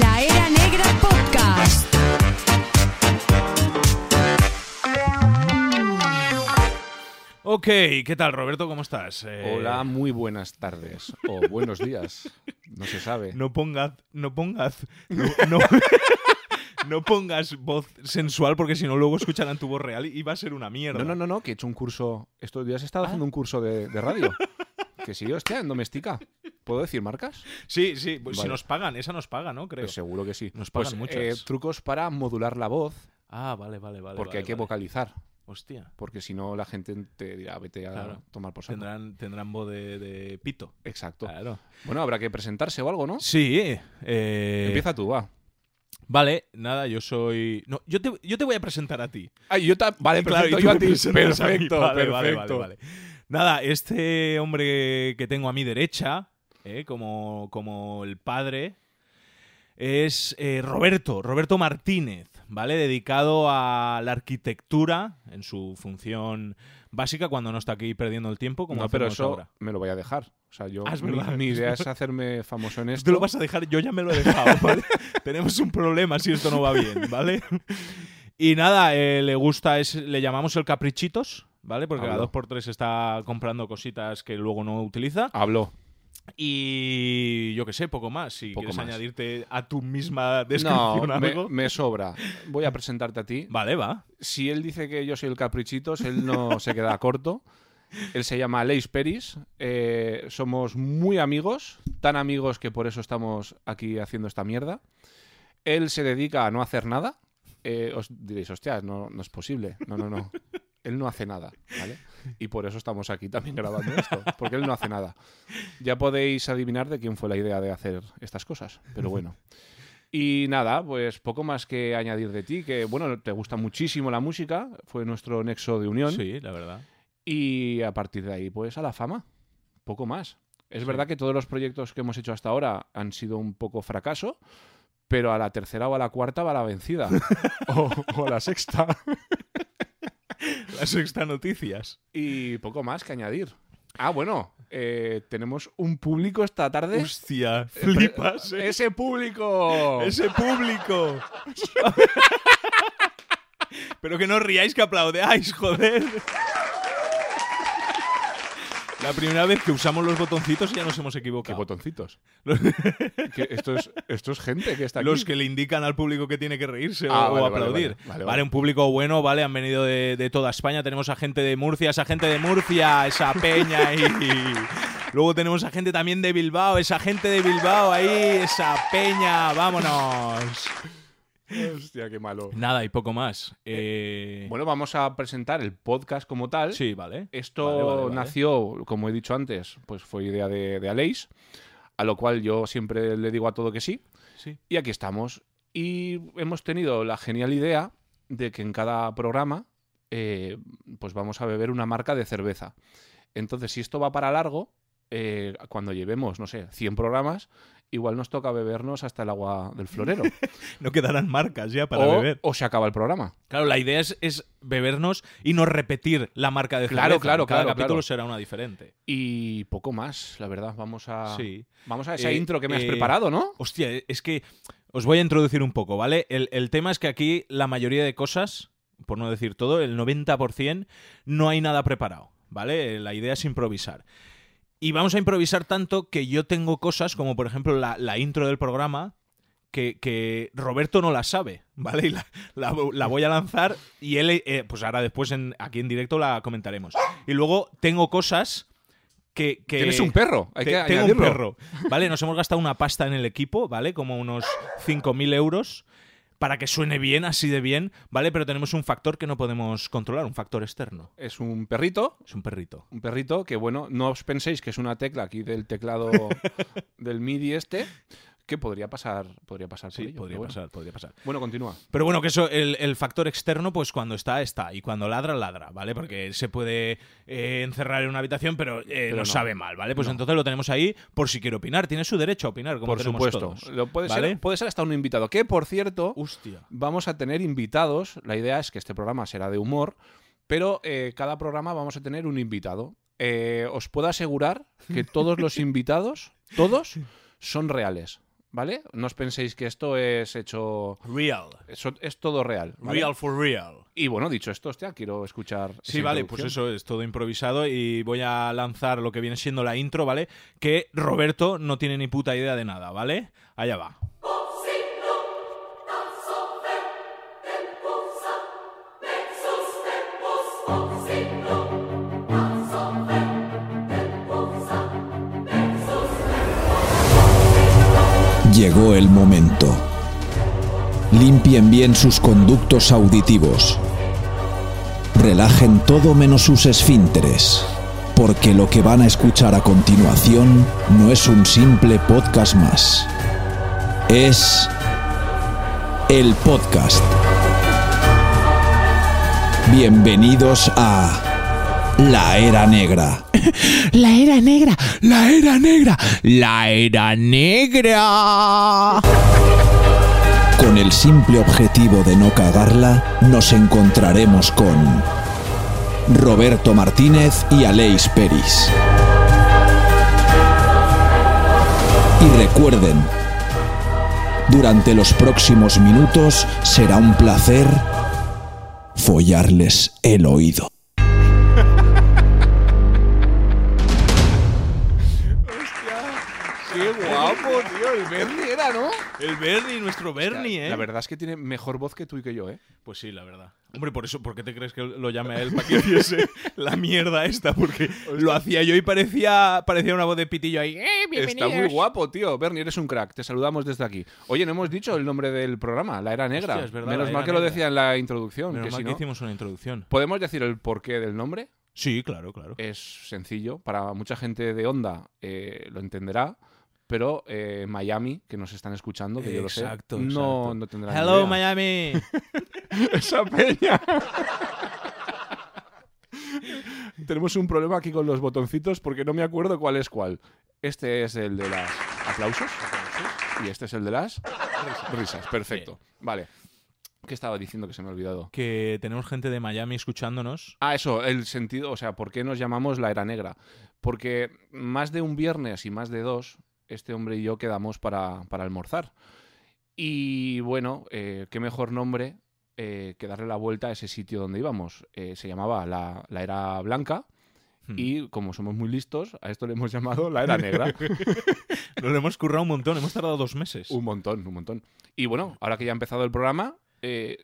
La Era Negra Podcast. Ok, ¿qué tal, Roberto? ¿Cómo estás? Eh, Hola, muy buenas tardes o buenos días, no se sabe. No pongas, no pongas, no, no- no pongas voz sensual porque si no luego escucharán tu voz real y va a ser una mierda. Ah. No, no, no, no, que he hecho un curso, estos días he estado haciendo un curso de, de radio. Que sí, hostia, en doméstica. ¿Puedo decir marcas? Sí, sí, pues si Vale. nos pagan, esa nos paga, ¿no? Creo. Pues seguro que sí. Nos pues, pagan eh, muchas. trucos para modular la voz, Ah, vale, vale, vale. porque vale, hay que vale. vocalizar, Hostia. porque si no la gente te dirá, vete a Claro. tomar por saco. Tendrán, tendrán voz de, de pito. Exacto. Claro. Bueno, habrá que presentarse o algo, ¿no? Ah. Sí. eh, Empieza tú, va. Vale, nada, yo soy. No, yo te, yo te voy a presentar a ti. Ay, yo ta- Vale, Claro, y perfecto, tú yo a me ti. presentas a mí. Perfecto, Vale, vale, perfecto. vale, vale. Nada, este hombre que tengo a mi derecha, eh, como, como el padre, es eh, Roberto, Roberto Martínez, ¿vale? Dedicado a la arquitectura en su función básica cuando no está aquí perdiendo el tiempo, como No, pero hacemos eso ahora. me lo voy a dejar. O sea, yo Ah, es mi, verdad. mi idea es hacerme famoso en esto. Te lo vas a dejar, yo ya me lo he dejado, ¿vale? Tenemos un problema si esto no va bien, ¿vale? Y nada, eh, le gusta, es, le llamamos el caprichitos, ¿vale? Porque cada Hablo. dos por tres está comprando cositas que luego no utiliza. Habló. Y yo qué sé, poco más. Si Poco quieres más. añadirte a tu misma No, descripción me, algo. me sobra. Voy a presentarte a ti. Vale, va. Si él dice que yo soy el caprichitos, él no se queda corto. Él se llama Leis Peris. Eh, somos muy amigos, tan amigos que por eso estamos aquí haciendo esta mierda. Él se dedica a no hacer nada. Eh, os diréis, hostia, no, no es posible. No, no, no. Él no hace nada, ¿vale? Y por eso estamos aquí también grabando esto, porque él no hace nada. Ya podéis adivinar de quién fue la idea de hacer estas cosas, pero bueno. Y nada, pues poco más que añadir de ti, que bueno, te gusta muchísimo la música, fue nuestro nexo de unión. Sí, la verdad. Y a partir de ahí, pues a la fama. Poco más. Es verdad que todos los proyectos que hemos hecho hasta ahora han sido un poco fracaso, pero a la tercera o a la cuarta va la vencida. o, o a la sexta. La sexta noticias. Y poco más que añadir. Ah, bueno, eh, tenemos un público esta tarde. Hostia, flipas. ¿eh? ¡Ese público! ¡Ese público! Pero que no os riáis, que aplaudeáis, joder. La primera vez que usamos los botoncitos ya nos hemos ¡Qué equivocado. botoncitos! Los, Que esto, es, esto es gente que está aquí. los que le indican al público que tiene que reírse o- Ah, o, vale, vale, aplaudir. vale, vale, vale. un público bueno, vale, han venido de, de toda España. Tenemos a gente de Murcia, esa gente de Murcia, esa peña y... Luego tenemos a gente también de Bilbao, esa gente de Bilbao ahí, esa peña, vámonos. Hostia, qué malo. Nada, y poco más. Eh, Bueno, vamos a presentar el podcast como tal. sí, vale. Esto Vale, vale, vale. nació, como he dicho antes, pues fue idea de, de Aleix, a lo cual yo siempre le digo a todo que sí. Sí. Y aquí estamos. Y hemos tenido la genial idea de que en cada programa eh, pues vamos a beber una marca de cerveza. Entonces, si esto va para largo, eh, cuando llevemos, no sé, 100 programas, igual nos toca bebernos hasta el agua del florero. No quedarán marcas ya para o, beber. o se acaba el programa. Claro, la idea es, es bebernos y no repetir la marca de Claro, cerveza. claro, Cada claro, capítulo claro. será una diferente. Y poco más, la verdad. Vamos a, Sí. vamos a esa Eh, intro que me has eh, preparado, ¿no? Hostia, es que os voy a introducir un poco, ¿vale? El, el tema es que aquí la mayoría de cosas, por no decir todo, el 90%, no hay nada preparado, ¿vale? La idea es improvisar. Y vamos a improvisar tanto que yo tengo cosas, como por ejemplo la, la intro del programa, que, que Roberto no la sabe, ¿vale? Y la, la- la voy a lanzar y él, eh, pues ahora después en, aquí en directo la comentaremos. Y luego tengo cosas que... que Tienes un perro, hay te- que tengo un añadirlo. perro. Vale, nos hemos gastado una pasta en el equipo, ¿vale? Como unos 5.000 euros para que suene bien, así de bien, ¿vale? Pero tenemos un factor que no podemos controlar, un factor externo. Es un perrito, Es un perrito. un perrito que bueno, no os penséis que es una tecla aquí del teclado del MIDI este, que podría pasar, podría pasar por Sí, ello, pero podría bueno. pasar, podría pasar. Bueno, continúa. Pero bueno, que eso, el, el factor externo, pues cuando está, está. Y cuando ladra, ladra, ¿vale? Porque se puede eh, encerrar en una habitación, pero, eh, no, no. sabe mal, ¿ale? Pues entonces lo tenemos ahí por si quiere opinar. Tiene su derecho a opinar, como Por tenemos supuesto. todos, Lo puede, ¿vale? ser, puede ser hasta un invitado. Que por cierto, Hostia. vamos a tener invitados. La idea es que este programa será de humor, pero eh, cada programa vamos a tener un invitado. Eh, os puedo asegurar que todos los invitados, todos, son reales, ¿vale? No os penséis que esto es hecho... Real. eso- es todo real. ¿vale? Real for real. Y bueno, dicho esto, hostia, quiero escuchar... Sí, esa vale, pues introducción. eso es todo improvisado y voy a lanzar lo que viene siendo la intro, ¿vale? Que Roberto no tiene ni puta idea de nada, ¿vale? Allá va. Llegó el momento. Limpien bien sus conductos auditivos. Relajen todo menos sus esfínteres, porque lo que van a escuchar a continuación no es un simple podcast más. Es el podcast. Bienvenidos a La Era Negra. La era negra, la era negra, la era negra. Con el simple objetivo de no cagarla, nos encontraremos con Roberto Martínez y Aleix Peris. Y recuerden, durante los próximos minutos será un placer follarles el oído. ¡Qué guapo, tío! El Bernie era, ¿no? El Bernie, nuestro Bernie, ¿eh? La verdad es que tiene mejor voz que tú y que yo, ¿eh? Pues sí, la verdad. Hombre, por eso, ¿por qué te crees que lo llame a él para que hiciese la mierda esta? Porque lo hacía yo y parecía, parecía una voz de pitillo ahí. ¡Eh, bienvenidos! Está muy guapo, tío. Bernie, eres un crack. Te saludamos desde aquí. Oye, no hemos dicho el nombre del programa, La Era Negra. Hostia, es verdad, Menos La mal Era que lo Negra. decía en la introducción. Menos que mal si que no- hicimos una introducción. ¿Podemos decir el porqué del nombre? Sí, claro, claro. Es sencillo. Para mucha gente de onda eh, lo entenderá. Pero eh, Miami, que nos están escuchando, que yo lo sé, Exacto, no, exacto. no tendrán ni Hello, idea. Miami. Esa peña. Tenemos un problema aquí con los botoncitos porque no me acuerdo cuál es cuál. Este es el de las aplausos y este es el de las risas. Perfecto. Vale. ¿Qué estaba diciendo que se me ha olvidado? que tenemos gente de Miami escuchándonos. Ah, eso, el sentido, o sea, ¿por qué nos llamamos la era negra? Porque más de un viernes y más de dos, este hombre y yo quedamos para, para almorzar. Y bueno, eh, qué mejor nombre eh, que darle la vuelta a ese sitio donde íbamos. Eh, se llamaba la, la Era Blanca Hmm. y como somos muy listos, a esto le hemos llamado la Era Negra. Nos lo hemos currado un montón, hemos tardado dos meses. un montón, un montón. Y bueno, ahora que ya ha empezado el programa... eh,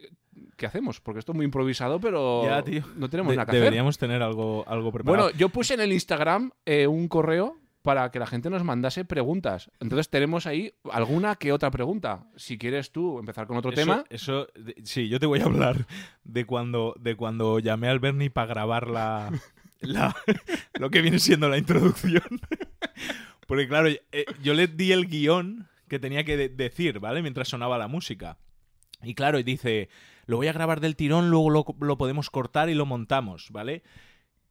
¿Qué hacemos? Porque esto es muy improvisado, pero Ya, tío. no tenemos De- nada que hacer. deberíamos tener algo, algo preparado. Bueno, yo puse en el Instagram eh, un correo para que la gente nos mandase preguntas. Entonces tenemos ahí alguna que otra pregunta. Si quieres tú empezar con otro Eso- tema. Eso, de- sí, yo te voy a hablar de cuando, de cuando llamé al Bernie para grabar la, la- lo que viene siendo la introducción. Porque claro, eh, yo le di el guión que tenía que de- decir, ¿vale? Mientras sonaba la música. Y claro, y dice, lo voy a grabar del tirón, luego lo, lo podemos cortar y lo montamos, ¿vale?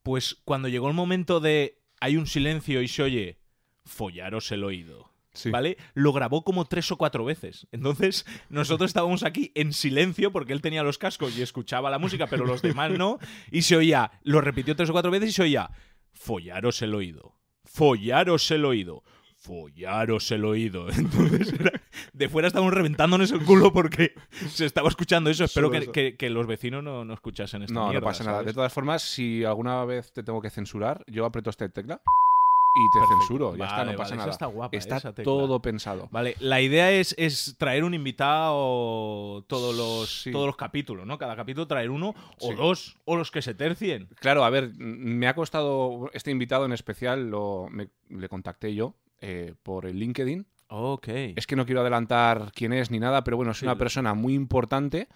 Pues cuando llegó el momento de hay un silencio y se oye, follaros el oído. Sí. ¿Vale? Lo grabó como tres o cuatro veces. Entonces, nosotros estábamos aquí en silencio porque él tenía los cascos y escuchaba la música, pero los demás no. Y se oía, lo repitió tres o cuatro veces y se oía, follaros el oído, follaros el oído, follaros el oído. Entonces, era- de fuera estábamos reventándonos el culo porque se estaba escuchando eso. Espero Solo que, eso. que- que los vecinos no, no escuchasen esta No, mierda. no pasa nada. ¿sabes? De todas formas, si alguna vez te tengo que censurar, yo aprieto esta tecla y te Perfecto. censuro. Ya está, Vale, no pasa vale, esa nada. está guapa, Está esa tecla. todo pensado. Vale, la idea es, es traer un invitado todos los, Sí. todos los capítulos, ¿no? Cada capítulo traer uno o Sí. dos, o los que se tercien. Claro, a ver, m- me ha costado este invitado en especial, lo, me- le contacté yo eh, por el LinkedIn Ok. Es que no quiero adelantar quién es ni nada, pero bueno, es Sí, una lo- persona muy importante.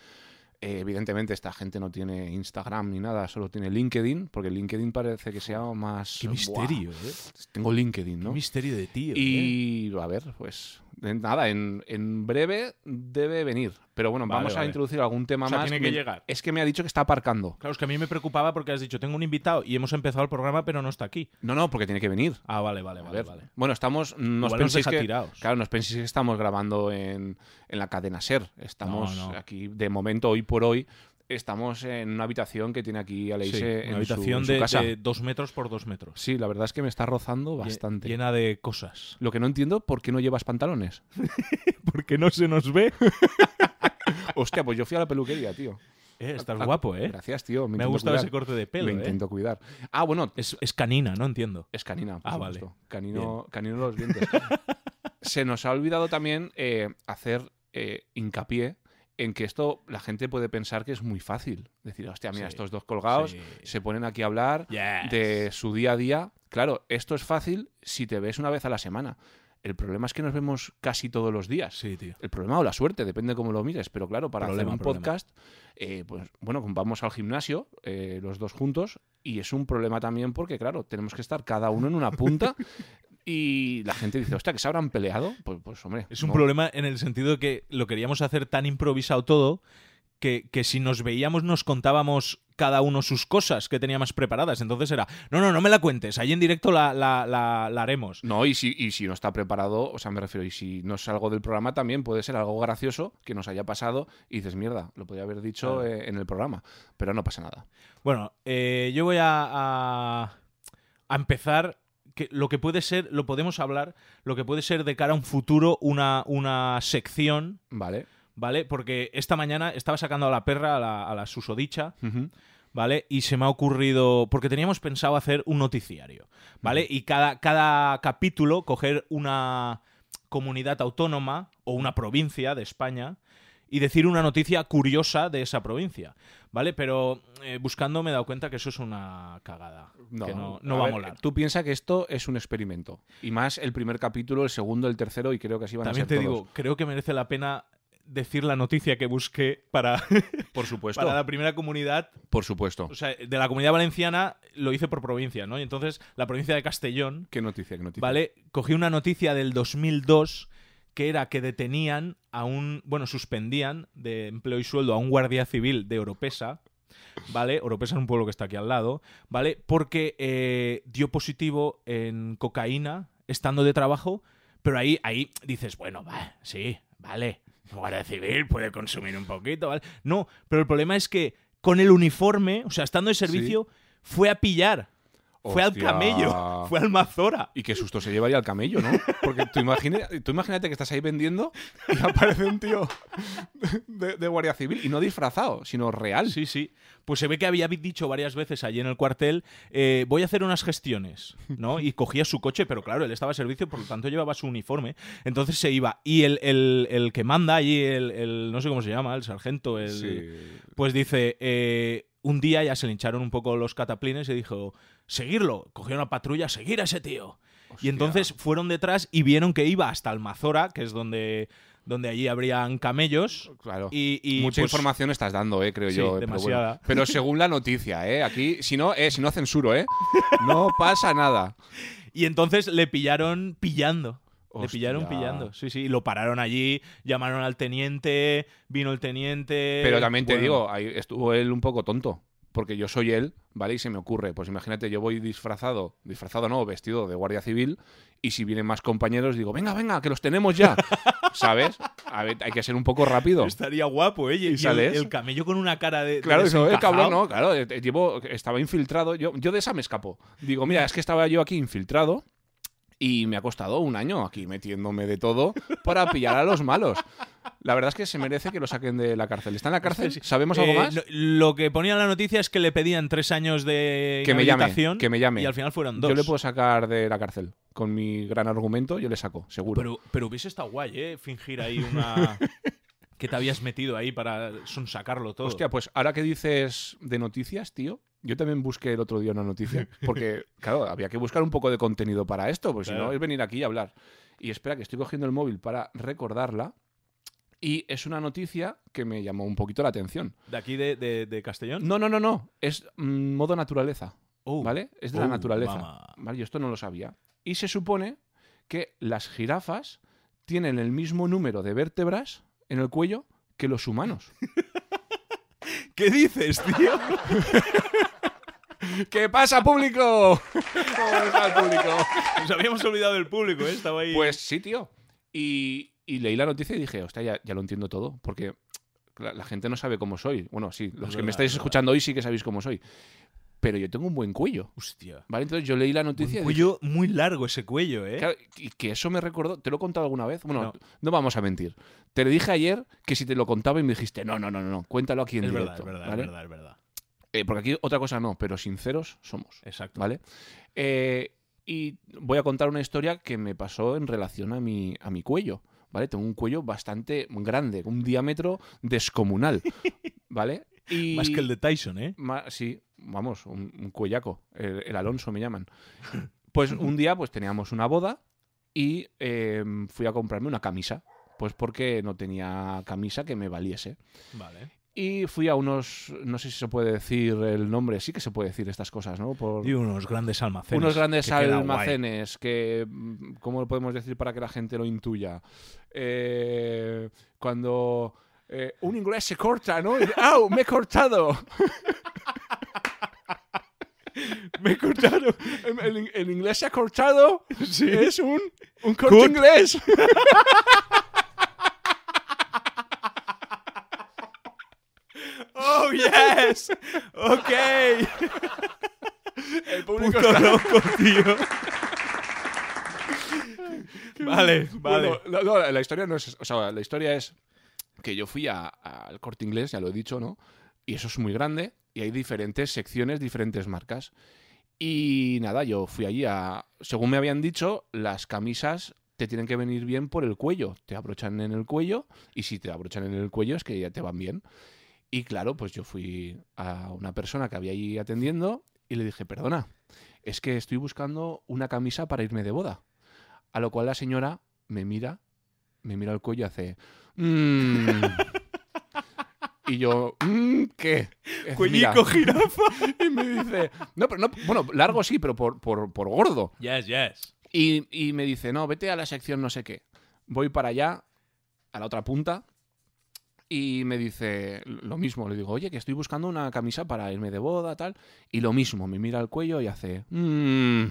Eh, evidentemente, esta gente no tiene Instagram ni nada, solo tiene LinkedIn, porque LinkedIn parece que sea más. Qué Buah, misterio, ¿eh? tengo LinkedIn, Qué ¿no? misterio de tío. ¿eh? Y a ver, pues de- nada, en, en breve debe venir. Pero bueno, Vale, vamos a vale. introducir algún tema O sea, más. tiene que Me- llegar. Es que me ha dicho que está aparcando. Claro, es que a mí me preocupaba porque has dicho, tengo un invitado y hemos empezado el programa, pero no está aquí. No, no, porque tiene que venir. Ah, vale, vale, A vale. ver, vale. Bueno, estamos. Igual Nos nos penséis deja que, tirados. Claro, nos penséis que estamos grabando en, en la cadena Ser. Estamos No, no. aquí, de momento, hoy por hoy, estamos en una habitación que tiene aquí a Sí, Leise en, una su- habitación en su de- casa. de dos metros por dos metros. Sí, la verdad es que me está rozando bastante. Llena de cosas. Lo que no entiendo, ¿por qué no llevas pantalones? Porque no se nos ve. Hostia, pues yo fui a la peluquería, tío. estás Ah, guapo, ¿eh? Gracias, tío. Me ha intento gustado cuidar. ese corte de Me pelo, ¿eh? intento cuidar. Ah, bueno, Es, es canina, no entiendo. Es canina. por Ah, vale. supuesto. Canino, canino los dientes. Se nos ha olvidado también eh, hacer eh, hincapié en que esto la gente puede pensar que es muy fácil. Decir, hostia, mira, Sí. estos dos colgados Sí. se ponen aquí a hablar Yes. de su día a día. Claro, esto es fácil si te ves una vez a la semana. El problema es que nos vemos casi todos los días. Sí, tío. El problema o la suerte, depende cómo lo mires, pero claro, para Problema, hacer un problema. podcast, eh, pues bueno, vamos al gimnasio eh, los dos juntos y es un problema también porque, claro, tenemos que estar cada uno en una punta y la gente dice, hostia, que se habrán peleado. Pues, pues hombre. Es un no. problema en el sentido que lo queríamos hacer tan improvisado todo que, que si nos veíamos nos contábamos cada uno sus cosas que teníamos preparadas. Entonces era, no, no, no me la cuentes, ahí en directo la, la- la- la haremos. No, y si, y si no está preparado, o sea, me refiero, y si no salgo del programa también puede ser algo gracioso que nos haya pasado y dices, mierda, lo podía haber dicho Claro. eh, en el programa, pero no pasa nada. Bueno, eh, yo voy a, a- a empezar que lo que puede ser, lo podemos hablar, lo que puede ser de cara a un futuro una, una sección, Vale. ¿vale? Porque esta mañana estaba sacando a la perra, a la, a la susodicha, Ujú. ¿vale? Y se me ha ocurrido, porque teníamos pensado hacer un noticiario, ¿vale? Y cada, cada capítulo coger una comunidad autónoma o una provincia de España y decir una noticia curiosa de esa provincia, ¿vale? Pero eh, buscando me he dado cuenta que eso es una cagada, que no, no a va ver, a molar. Tú piensas que esto es un experimento. Y más el primer capítulo, el segundo, el tercero, y creo que así van También a ser te todos. digo, creo que merece la pena decir la noticia que busqué para, Por supuesto. para la primera comunidad Por supuesto. O sea, de la comunidad valenciana lo hice por provincia, ¿no? Y entonces la provincia de Castellón, Qué noticia, qué noticia. ¿vale? Cogí una noticia del 2002 que era que detenían a un, bueno, suspendían de empleo y sueldo a un guardia civil de Oropesa, ¿vale? Oropesa es un pueblo que está aquí al lado, ¿vale? Porque eh, dio positivo en cocaína estando de trabajo, pero ahí, ahí dices, bueno, va, sí, vale, un guardia civil puede consumir un poquito, ¿vale? No, pero el problema es que con el uniforme, o sea, estando de servicio, fue a pillar. Fue al Hostia. camello, fue al mazora. Y qué susto se llevaría al camello, ¿no? Porque tú, imagina- tú imagínate que estás ahí vendiendo y aparece un tío de, de Guardia Civil y no disfrazado, sino real. Sí, sí. Pues se ve que había dicho varias veces allí en el cuartel, eh, voy a hacer unas gestiones, ¿no? Y cogía su coche, pero claro, él estaba a servicio, por lo tanto llevaba su uniforme. Entonces se iba. Y el, el- el que manda allí, el, el- no sé cómo se llama, el sargento, el, Sí. pues dice, eh, un día ya se le hincharon un poco los cataplines y dijo, seguirlo. Cogió una patrulla, seguir a ese tío. Y Hostia. entonces fueron detrás y vieron que iba hasta Almazora, que es donde, donde allí habrían camellos. Claro. Y, y, Mucha pues, información estás dando, eh, creo Sí, yo. eh, Pero, demasiada. bueno. Pero según la noticia, eh. Aquí, si no, eh, si no censuro, eh. No pasa nada. Y entonces le pillaron pillando. Le pillaron Hostia. pillando, sí, sí. Y lo pararon allí, llamaron al teniente, vino el teniente. Pero también te Eh, Bueno, digo, ahí estuvo él un poco tonto. Porque yo soy él, ¿vale? Y se me ocurre, pues imagínate, yo voy disfrazado, disfrazado no, vestido de guardia civil, y si vienen más compañeros, digo, venga, venga, que los tenemos ya, ¿sabes? A ver, hay que ser un poco rápido. Estaría guapo, ¿eh? Y, y el, sales? el camello con una cara de. de Claro, eso, eh, desencajado. cabrón, no, claro, eh, eh, llevo, estaba infiltrado, yo, yo de esa me escapo. Digo, mira, es que estaba yo aquí infiltrado y me ha costado un año aquí metiéndome de todo para pillar a los malos. La verdad es que se merece que lo saquen de la cárcel. ¿Está en la cárcel? Sí, sí. ¿Sabemos algo Eh, más? no, lo que ponía en la noticia es que le pedían tres años de Que me llame, inhabilitación que me llame. Y al final fueron dos. Yo le puedo sacar de la cárcel. Con mi gran argumento, yo le saco, seguro. pero, pero hubiese estado guay, ¿eh? Fingir ahí una. que te habías metido ahí para sonsacarlo todo. Hostia, pues ahora que dices de noticias, tío, yo también busqué el otro día una noticia. Porque, claro, había que buscar un poco de contenido para esto, porque si Claro. no es venir aquí y hablar. Y espera, que estoy cogiendo el móvil para recordarla. Y es una noticia que me llamó un poquito la atención. ¿De aquí de, de- de Castellón? No, no, no, no. Es mm, modo naturaleza. Oh. ¿Vale? Es de la Oh, naturaleza. mamá. Vale, yo esto no lo sabía. Y se supone que las jirafas tienen el mismo número de vértebras en el cuello que los humanos. ¿Qué dices, tío? ¿Qué pasa, público? ¿Cómo está el público? Nos habíamos olvidado del público, ¿eh? Estaba ahí. Pues sí, tío. Y, y leí la noticia y dije, hostia, ya, ya lo entiendo todo. Porque La, la gente no sabe cómo soy. Bueno, sí, los Es que verdad, me estáis es verdad. escuchando hoy sí que sabéis cómo soy. Pero yo tengo un buen cuello. Hostia. ¿Vale? Entonces yo leí la Un noticia y dije, cuello muy largo ese cuello, ¿eh? claro, y que eso me recordó. ¿Te lo he contado alguna vez? Bueno, No. no, vamos a mentir. Te lo dije ayer que si te lo contaba y me dijiste, no, no, no, no, no, cuéntalo aquí en es verdad, directo. es verdad, ¿vale? es verdad, es verdad. Eh, porque aquí otra cosa no, pero sinceros somos. Exacto. ¿Vale? Eh, y voy a contar una historia que me pasó en relación a mi, a mi cuello. ¿Vale? Tengo un cuello bastante grande, un diámetro descomunal. ¿Vale? Y Más que el de Tyson, ¿eh? ma- sí, vamos, un, un cuellaco. El, el Alonso me llaman. Pues un día, pues teníamos una boda y eh, fui a comprarme una camisa. Pues porque no tenía camisa que me valiese. Vale. Y fui a unos, no sé si se puede decir el nombre, sí que se puede decir estas cosas, ¿no? Por Y unos grandes almacenes. unos grandes que queda almacenes que, mm, ¿cómo lo podemos decir para que la gente lo intuya? Eh, cuando eh, un inglés se corta, ¿no? Y, ¡Au! Me he cortado. guay. Me cortaron. El, el- el inglés se ha cortado. Es un, un corte inglés. ¡Oh, yes! ¡Ok! El público Puto está- loco, tío. Vale, vale. Bueno, no, no, la historia no es. O sea, la historia es que yo fui a- al corte inglés, ya lo he dicho, ¿no? Y eso es muy grande y hay diferentes secciones, diferentes marcas. Y nada, yo fui allí a. Según me habían dicho, las camisas te tienen que venir bien por el cuello. Te abrochan en el cuello y si te abrochan en el cuello es que ya te van bien. Y claro, pues yo fui a una persona que había allí atendiendo y le dije, perdona, es que estoy buscando una camisa para irme de boda. A lo cual la señora me mira, me mira al cuello y hace... "Mm". Y yo, "Mm, ¿qué? Y dice, "Mira". Cuellico jirafa. Y me dice, no, pero no, bueno, largo sí, pero por, por, por gordo. Yes, yes. Y, y me dice, no, vete a la sección no sé qué. Voy para allá, a la otra punta, y me dice lo mismo. Le digo, oye, que estoy buscando una camisa para irme de boda, tal. Y lo mismo, me mira al cuello y hace, "Mm".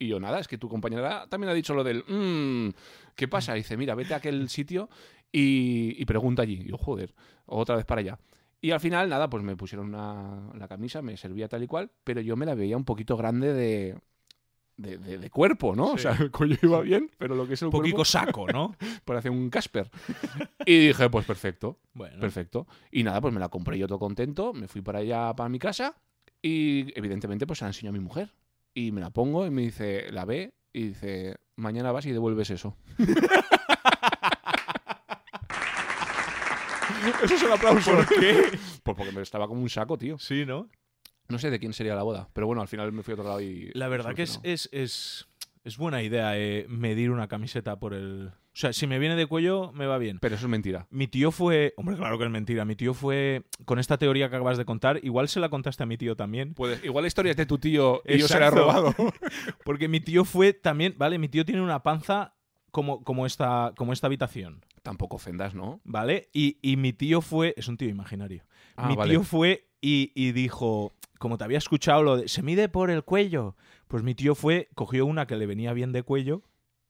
Y yo, nada, es que tu compañera también ha dicho lo del, "Mm". ¿qué pasa? dice, mira, vete a aquel sitio y, y pregunta allí. Y yo, joder, otra vez para allá. Y al final, nada, pues me pusieron una, la camisa, me servía tal y cual, pero yo me la veía un poquito grande de, de, de- de cuerpo, ¿no? O Sí. sea, el cuello iba bien, pero lo que es el Un poquito cuerpo saco, ¿no? parecía un Casper. Y dije, pues perfecto. Bueno. Perfecto. Y nada, pues me la compré yo todo contento, me fui para allá, para mi casa, y evidentemente pues se la enseño a mi mujer. Y me la pongo y me dice, la ve, y dice, mañana vas y devuelves eso. eso es un aplauso. ¿Por qué? Pues porque me estaba como un saco, tío. Sí, ¿no? No sé de quién sería la boda, pero bueno, al final me fui a otro lado y... La verdad que es, solucionado. es, es, es buena idea eh, medir una camiseta por el... O sea, si me viene de cuello, me va bien. Pero eso es mentira. Mi tío fue... Hombre, claro que es mentira. Mi tío fue... Con esta teoría que acabas de contar, igual se la contaste a mi tío también. Pues, igual la historia es de tu tío y yo se la he Exacto. robado. Porque mi tío fue también... Vale, mi tío tiene una panza como, como, esta, como esta habitación, Tampoco ofendas, ¿no? ¿vale? Y, y mi tío fue... Es un tío imaginario. Ah, mi vale. tío fue y, y dijo... Como te había escuchado lo de... Se mide por el cuello. Pues mi tío fue, cogió una que le venía bien de cuello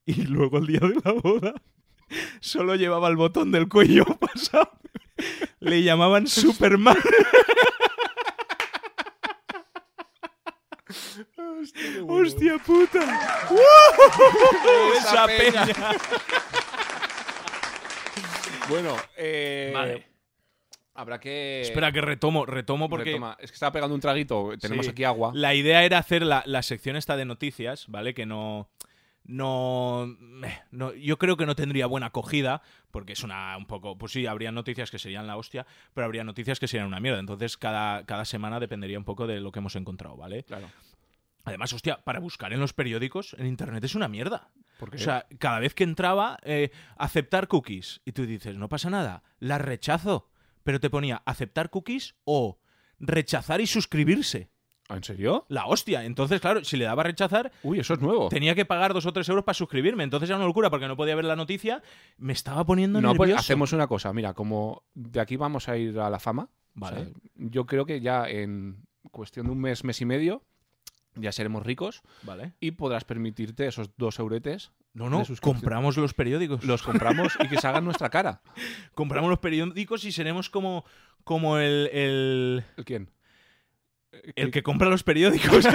y luego el día de la boda solo llevaba el botón del cuello pasado. Le llamaban Superman. Hostia puta. ¡Wow! Esa Esa peña. Bueno, eh, Vale. habrá que. Espera que retomo, retomo porque Retoma. Es que estaba pegando un traguito. Tenemos Sí. aquí agua. La idea era hacer la, la sección esta de noticias, ¿vale? Que no. No, meh, no- Yo creo que no tendría buena acogida, porque es una. un poco. Pues sí, habría noticias que serían la hostia, pero habría noticias que serían una mierda. Entonces, cada, cada semana dependería un poco de lo que hemos encontrado, ¿vale? Claro. Además, hostia, para buscar en los periódicos, en internet es una mierda. Porque O sea, cada vez que entraba, eh, aceptar cookies. Y tú dices, no pasa nada, las rechazo. Pero te ponía aceptar cookies o rechazar y suscribirse. ¿En serio? La hostia. Entonces, claro, si le daba a rechazar, Uy, eso es nuevo. tenía que pagar dos o tres euros para suscribirme. Entonces era una locura porque no podía ver la noticia. Me estaba poniendo No, pues nervioso. hacemos una cosa. Mira, como de aquí vamos a ir a la fama. Vale. o sea, yo creo que ya en cuestión de un mes, mes y medio, ya seremos ricos ¿Vale? y podrás permitirte esos dos euretes. No, no, de suscripción. compramos los periódicos. Los compramos y que se hagan nuestra cara. Compramos los periódicos y seremos como, como el, el, ¿El quién? el que compra los periódicos.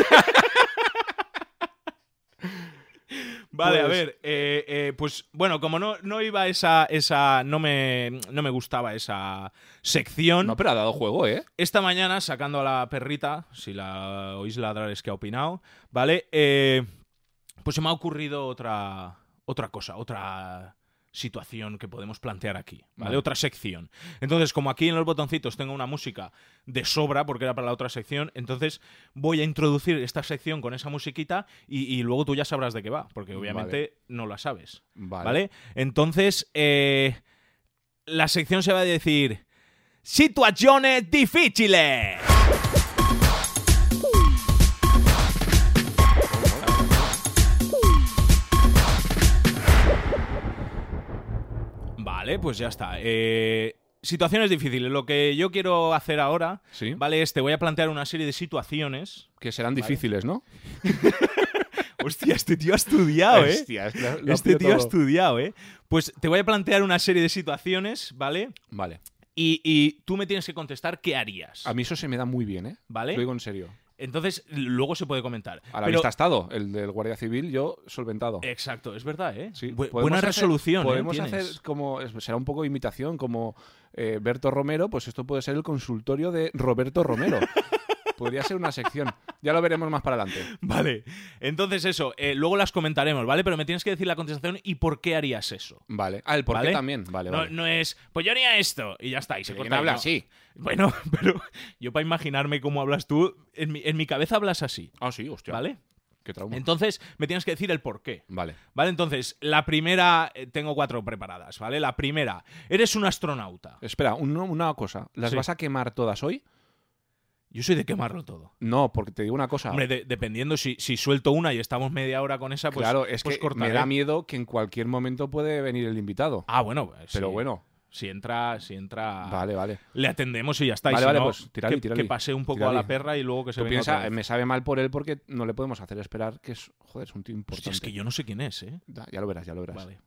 Vale, a Pues- ver, eh, eh, pues bueno, como no, no iba esa, esa, no me, no me gustaba esa sección, No, pero ha dado juego, ¿eh? Esta mañana, sacando a la perrita, si la oís ladrar es que ha opinado, ¿vale? Eh, pues se me ha ocurrido otra, otra cosa, otra situación que podemos plantear aquí, ¿vale? Vale. Otra sección. Entonces, como aquí en los botoncitos tengo una música de sobra, porque era para la otra sección, entonces voy a introducir esta sección con esa musiquita y, y luego tú ya sabrás de qué va, porque obviamente no la sabes. Vale. ¿Vale? Entonces, eh, la sección se va a decir situaciones difíciles. Vale, pues ya está. Eh, situaciones difíciles. Lo que yo quiero hacer ahora, Sí. ¿vale? Es te voy a plantear una serie de situaciones. Que serán difíciles, ¿no? Hostia, este tío ha estudiado, ¿eh? Hostia, es que lo- lo este pillo tío ha todo. estudiado, ¿eh? Pues te voy a plantear una serie de situaciones, ¿vale? Vale. Y, y tú me tienes que contestar qué harías, A mí eso se me da muy bien, ¿eh? ¿vale? Lo digo en serio. Entonces, luego se puede comentar. A la Pero- vista ha estado. El del Guardia Civil, yo solventado. Exacto, es verdad, ¿eh? Sí, Bu- podemos buena hacer- resolución, ¿eh? Podemos Tienes. hacer como. es- Será un poco de imitación, como eh, Berto Romero, pues esto puede ser el consultorio de Roberto Romero. Podría ser una sección. Ya lo veremos más para adelante. Vale. Entonces, eso, eh, luego las comentaremos, ¿vale? Pero me tienes que decir la contestación y por qué harías eso. Vale. Ah, el por ¿Vale? qué también. Vale, No, vale. no es, pues yo haría esto y ya está. Y se ¿Quién corta ahí, habla ¿no? así? Bueno, pero yo para imaginarme cómo hablas tú, en mi, en mi cabeza hablas así, Ah, sí, hostia. ¿vale? Qué trauma. Entonces, me tienes que decir el por qué. Vale. Vale, entonces, la primera, eh, tengo cuatro preparadas, ¿vale? La primera, eres un astronauta. Espera, un- una cosa. ¿Las Sí. vas a quemar todas hoy? Yo soy de quemarlo todo. No, porque te digo una cosa. Hombre, de- dependiendo si, si suelto una y estamos media hora con esa, pues, claro, es pues que cortaré. me da miedo que en cualquier momento puede venir el invitado. Ah, bueno, eh, Pero sí. Ah. bueno, Si entra, si entra. vale, vale. Le atendemos y ya está. Y Vale, si vale, no, pues, tírale, que, tírale, que pase un poco tírale. a la perra y luego que se Tú venga otra piensa, vez. me sabe mal por él porque no le podemos hacer esperar que es, joder, es un tío importante. Hostia, es que yo no sé quién es, ¿eh? Da, ya lo verás, ya lo verás. Vale.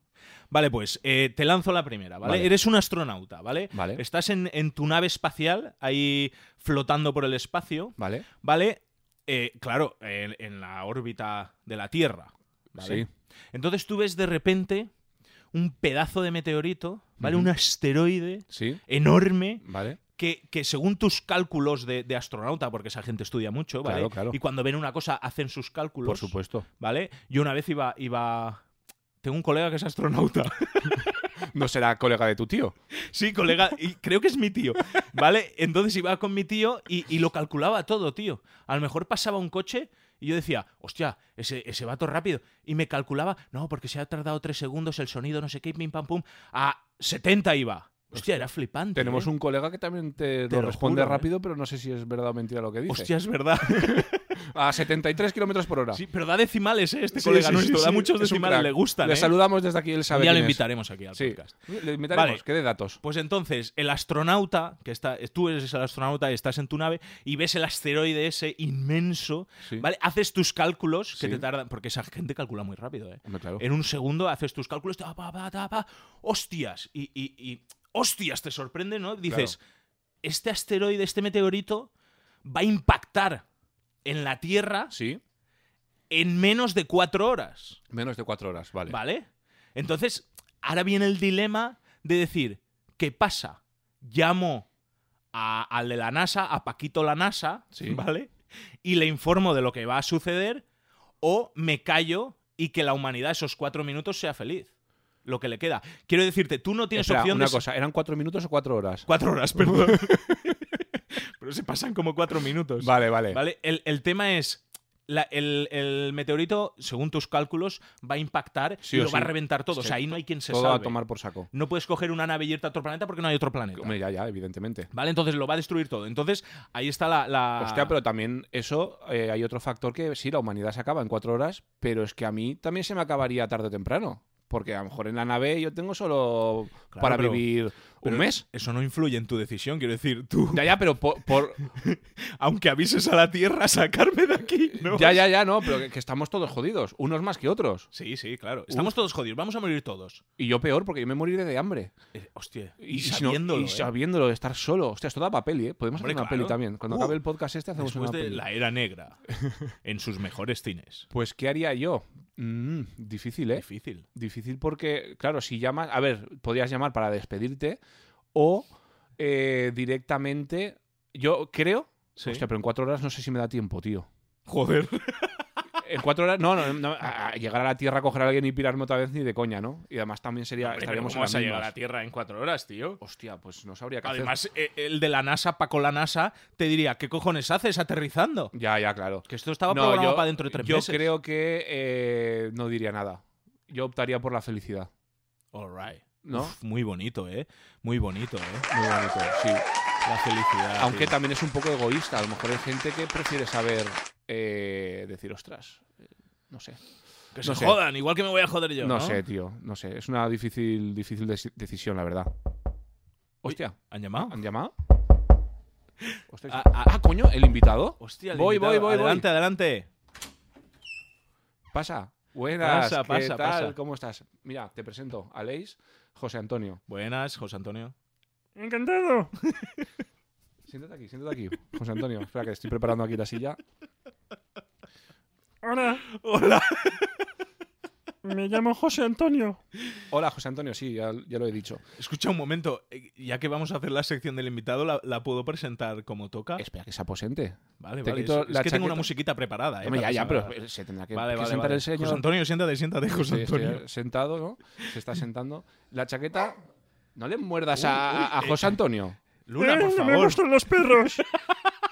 Vale, pues eh, te lanzo la primera, ¿vale? Vale. Eres un astronauta, ¿vale? Vale. Estás en, en tu nave espacial, ahí flotando por el espacio, Vale. ¿vale? Eh, claro, en, en la órbita de la Tierra. ¿vale? Sí. Entonces tú ves de repente un pedazo de meteorito, ¿vale? Ujú. Un asteroide Sí. enorme Vale. que, que según tus cálculos de, de astronauta, porque esa gente estudia mucho, ¿vale? Claro, claro. Y cuando ven una cosa hacen sus cálculos. Por supuesto. ¿Vale? Yo una vez iba, iba. Tengo un colega que es astronauta. No será colega de tu tío. Sí, colega, y creo que es mi tío. ¿Vale? Entonces iba con mi tío y, y lo calculaba todo, tío. A lo mejor pasaba un coche y yo decía, hostia, ese, ese vato es rápido. Y me calculaba, no, porque se ha tardado tres segundos el sonido, no sé qué, pim pam pum. A 70 iba. Hostia, era flipante. Tenemos ¿eh? un colega que también te, Te lo lo responde juro, ¿eh? rápido, pero no sé si es verdad o mentira lo que dice. Hostia, es verdad. A 73 kilómetros por hora. Sí, pero da decimales, ¿eh? Este Sí, colega sí, nuestro. sí, da sí. muchos Es un decimales, crack. le gustan. Le ¿eh? saludamos desde aquí, él sabe Ya lo quién es. invitaremos aquí al Sí. podcast. Le invitaremos, Vale. que dé datos. Pues entonces, el astronauta, que está, tú eres el astronauta, estás en tu nave y ves el asteroide ese inmenso, Sí. ¿vale? Haces tus cálculos que Sí. te tardan, porque esa gente calcula muy rápido, ¿eh? Hombre, claro. En un segundo haces tus cálculos, ta, pa, pa, ta, pa, hostias, y, y- y- hostias, te sorprende, ¿no? Dices, este asteroide, este meteorito, va a impactar en la Tierra Sí. en menos de cuatro horas. Menos de cuatro horas, vale. ¿Vale? Entonces, ahora viene el dilema de decir, ¿qué pasa? Llamo a- al de la NASA, a Paquito la NASA, Sí. ¿vale? Y le informo de lo que va a suceder, o me callo y que la humanidad esos cuatro minutos sea feliz. Lo que le queda. Quiero decirte, tú no tienes Espera, opción una de... cosa, ¿eran cuatro minutos o cuatro horas? Cuatro horas, perdón. Pero se pasan como cuatro minutos. Vale, vale. Pues, ¿Vale? El, el tema es. la- el, el meteorito, según tus cálculos, va a impactar Sí y o lo va a sí. reventar todo. Es o que sea, ahí no hay quien se Todo salve. a tomar por saco. No puedes coger una nave y irte a otro planeta porque no hay otro planeta. Hombre, ya, ya, evidentemente. ¿Vale? Entonces lo va a destruir todo. Entonces, ahí está la. la- Hostia, pero también eso, eh, hay otro factor que sí, la humanidad se acaba en cuatro horas, pero es que a mí también se me acabaría tarde o temprano. Porque a lo mejor en la nave yo tengo solo Claro, para pero- vivir Pero ¿Un mes? Eso no influye en tu decisión, quiero decir, tú, Ya, ya, pero por, por- aunque avises a la Tierra, sacarme de aquí, ¿no? Ya, ya, ya, no, pero que, que estamos todos jodidos, unos más que otros. Sí, sí, claro. Estamos todos jodidos, vamos a morir todos. Y yo peor, porque yo me moriré de hambre. Eh, hostia, Y, y, si no- sabiéndolo, y ¿eh? sabiéndolo de estar solo. Hostia, esto da pa' peli, ¿eh? Podemos Hombre, hacer una claro. peli también. Cuando Uh, acabe el podcast este hacemos Después una de peli. la era negra, en sus mejores cines. Pues, ¿qué haría yo? Mm, difícil, ¿eh? Difícil. Difícil porque, claro, si llamas... A ver, podías llamar para despedirte o eh, directamente... Yo creo... Sí. Hostia, pero en cuatro horas no sé si me da tiempo, tío. Joder. En cuatro horas... No, no, no, a- a llegar a la Tierra, coger a alguien y pirarme otra vez ni de coña, ¿no? Y además también sería... estaríamos en ¿Cómo vas a las llegar a mismas. la Tierra en cuatro horas, tío? Hostia, pues no sabría qué hacer. Además, eh, el de la NASA, Paco la NASA, te diría, ¿qué cojones haces aterrizando? Ya, ya, claro. Que esto estaba No, programado yo- para dentro de tres yo meses. creo que eh, no diría nada. Yo optaría por la felicidad. All right. ¿No? Uf, muy bonito, ¿eh? Muy bonito, ¿eh? Muy bonito, sí. La felicidad. Aunque tío. también es un poco egoísta. A lo mejor hay gente que prefiere saber eh, decir, ostras, eh, no sé. Que no se sé. jodan, igual que me voy a joder yo. no, No, sé, tío. No sé. Es una difícil, difícil deci- decisión, la verdad. Hostia, ¿Han llamado? ¿han llamado? Hostia, Ah, ah, coño, el invitado. Hostia, el voy, voy, invitado. voy, voy. Adelante, adelante. Pasa. Buenas, Pasa, ¿qué pasa, tal? pasa. ¿Cómo estás? Mira, te presento a Leis, José Antonio. Buenas, José Antonio. ¡Encantado! Siéntate aquí, siéntate aquí, José Antonio. Espera, que estoy preparando aquí la silla. Hola, Hola. me llamo José Antonio. Hola, José Antonio, sí, ya, ya lo he dicho. Escucha un momento, eh, ya que vamos a hacer la sección del invitado, ¿la, la puedo presentar como toca? Espera, que se aposente. vale, te vale. quito es- es la que tengo una chaqueta. musiquita preparada, ¿eh? Hombre, ya, para ya, presentar. pero se tendrá que, Vale, que vale, sentar vale. el señor. José Antonio, siéntate, siéntate, José Sí, estoy Antonio. sentado, ¿no? Se está sentando. La chaqueta... No le muerdas a, a- a José Antonio. Luna, Eh, por no favor. me gustan los perros.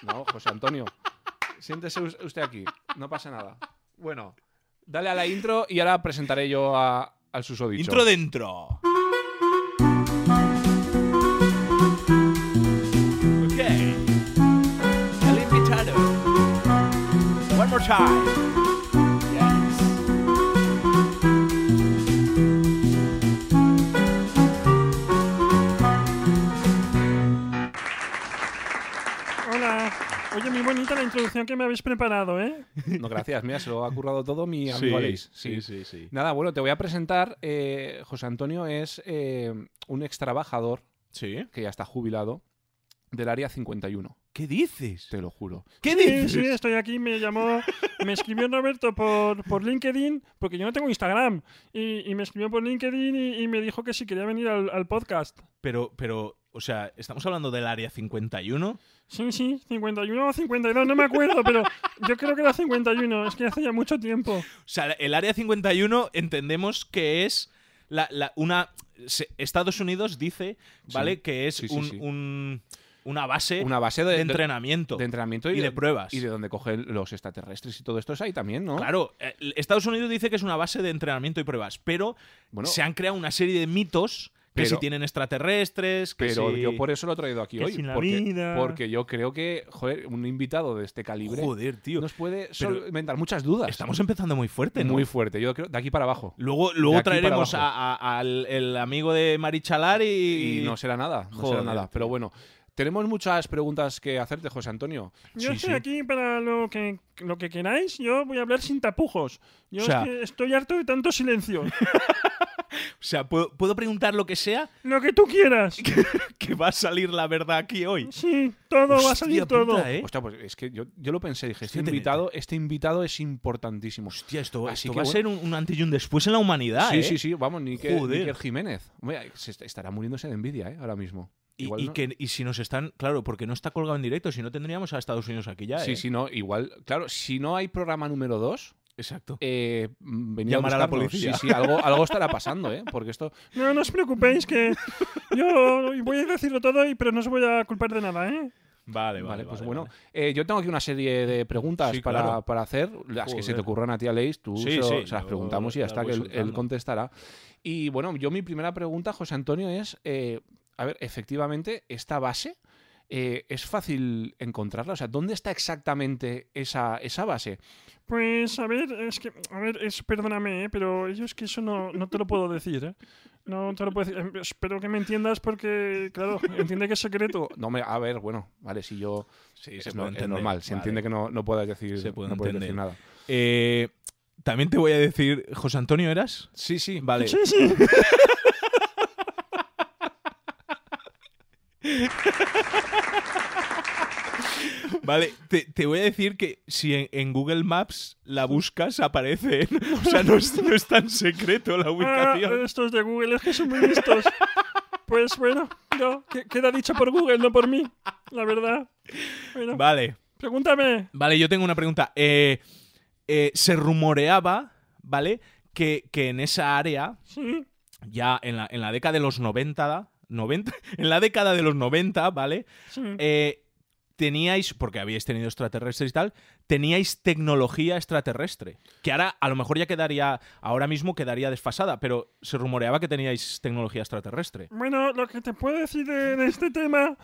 No, José Antonio. Siéntese us- usted aquí. No pasa nada. Bueno, dale a la intro y ahora presentaré yo a, al susodicho. Intro dentro. Ok. El invitado. One more time. Yes. Hola. Oye, muy bonita la introducción que me habéis preparado, ¿eh? No, gracias. Mira, se lo ha currado todo mi amigo Aleix. sí, sí, sí. Nada, bueno, te voy a presentar. eh, José Antonio es eh, un ex trabajador ¿Sí? que ya está jubilado del área 51, ¿Qué dices? te lo juro. ¿Qué Sí, dices? sí, estoy aquí. Me llamó, me escribió Roberto por, por LinkedIn, porque yo no tengo Instagram. Y, y me escribió por LinkedIn y, y me dijo que si quería venir al, al podcast. Pero, pero, o sea, estamos hablando del área 51. Sí, sí, 51 o 52, no me acuerdo, pero yo creo que era 51, es que hace ya mucho tiempo. O sea, el área 51 entendemos que es la, la- una. se- Estados Unidos dice, Sí, ¿vale? que es sí, sí, un, sí. un- una base Una base de, de, de- entrenamiento. de entrenamiento y, y de pruebas. Y de donde cogen los extraterrestres y todo esto es ahí también, ¿no? Claro, eh, Estados Unidos dice que es una base de entrenamiento y pruebas, pero Bueno, se han creado una serie de mitos que Pero- si tienen extraterrestres, que pero si- yo por eso lo he traído aquí Que hoy. sin la porque, vida. porque yo creo que, joder, un invitado de este calibre Joder, tío. nos puede solventar muchas dudas. Estamos empezando muy fuerte, ¿no? muy fuerte. Yo creo de aquí para abajo. Luego, luego aquí para traeremos abajo. a- a- al el amigo de Marichalar y... y no será nada, no será Joder, nada. tío. Pero bueno, tenemos muchas preguntas que hacerte, José Antonio. Yo Sí, estoy sí. aquí para lo que, lo que queráis, yo voy a hablar sin tapujos. Yo O sea- es que estoy harto de tanto silencio. O sea, ¿puedo, puedo preguntar lo que sea lo que tú quieras. que va a salir la verdad aquí hoy. Sí, todo va a Hostia salir puta, todo. ¿eh? Hostia, pues es que yo, yo lo pensé, dije, este Hostia, te- invitado, este invitado es importantísimo. Hostia, esto, Así esto que va a bueno. ser un, un antes y un después en la humanidad, sí, ¿eh? sí, sí, vamos, Níker, Joder. Níker Jiménez. Hombre, se est- estará muriéndose de envidia, ¿eh? Ahora mismo. Y, Igual y no- que, y si nos están... Claro, porque no está colgado en directo, si no tendríamos a Estados Unidos aquí ya, Sí, ¿eh? sí, no, igual. Claro, si no hay programa número 2, Exacto. eh, mm, venid Llamar a la buscarnos. policía. Sí, sí, algo, algo estará pasando, ¿eh? Porque esto. No, no os preocupéis que yo voy a decirlo todo, y, pero no os voy a culpar de nada, ¿eh? Vale, vale, Vale, pues vale, bueno. vale. eh, yo tengo aquí una serie de preguntas Sí, para, claro. para hacer. Las que se Joder. te ocurran a ti, Aleix, tú Sí, se, lo- sí, se las yo preguntamos y ya las está, voy que él, él soltando. contestará. Y bueno, yo mi primera pregunta, José Antonio, es: eh, a ver, efectivamente, esta base eh, ¿es fácil encontrarla? O sea, ¿dónde está exactamente esa, esa base? Pues a ver, es que, a ver, es, perdóname, ¿eh? pero yo es que eso no, no te lo puedo decir, ¿eh? No te lo puedo decir. Em, Espero que me entiendas porque, claro, entiende que es secreto. No me, a ver, bueno, vale, si yo Sí, es, no- es normal, se entiende que no, no puedas decir, Se puede no puedes decir entender. nada. Eh, también te voy a decir, José Antonio, ¿eras? Sí, sí, Vale. Sí, sí. Vale, te, te voy a decir que si en, en Google Maps la buscas, aparece. ¿eh? O sea, no es, no es tan secreto la Ah, ubicación. estos de Google es que son muy listos. Pues bueno, no, que- queda dicho por Google, no por mí, la verdad. Bueno, Vale, pregúntame. vale, yo tengo una pregunta. Eh, eh, se rumoreaba, ¿vale? Que, que en esa área, Sí. ya en la, en la década de los 90, 90, en la década de los 90, ¿vale? Sí. Eh, teníais, porque habíais tenido extraterrestres y tal, teníais tecnología extraterrestre. Que ahora a lo mejor ya quedaría, ahora mismo quedaría desfasada, pero se rumoreaba que teníais tecnología extraterrestre. Bueno, lo que te puedo decir en este tema.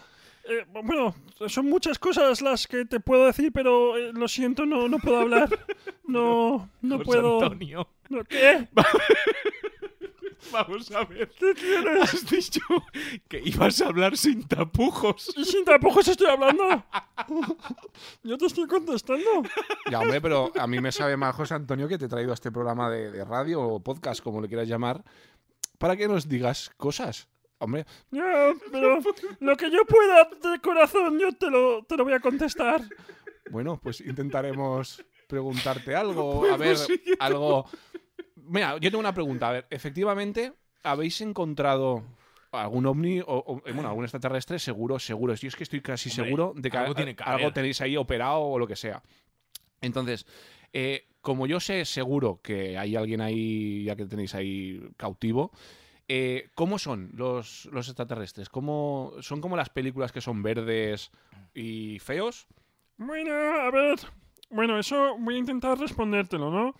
eh, bueno, son muchas cosas las que te puedo decir, pero eh, lo siento, no, no puedo hablar. No, no José puedo. Pues, Antonio, ¿No, ¿Qué? vamos a ver. Has dicho que ibas a hablar sin tapujos. ¿Y sin tapujos estoy hablando? Yo te estoy contestando. Ya, hombre, pero a mí me sabe mal, José Antonio, que te he traído a este programa de, de radio o podcast, como le quieras llamar, para que nos digas cosas. Hombre, Ya, pero lo que yo pueda de corazón, yo te lo, te lo voy a contestar. bueno, pues intentaremos preguntarte algo, Pues a ver, algo... Mira, yo tengo una pregunta. A ver, efectivamente, ¿habéis encontrado algún ovni o, o, eh, bueno, algún extraterrestre? Seguro, seguro. Yo es que estoy casi Hombre, seguro de que algo a- tiene que algo haber. tenéis ahí operado o lo que sea. Entonces, eh, como yo sé seguro que hay alguien ahí, ya que tenéis ahí cautivo, eh, ¿cómo son los, los extraterrestres? ¿Cómo, ¿Son como las películas que son verdes y feos? Bueno, a ver. Bueno, eso voy a intentar respondértelo, ¿no?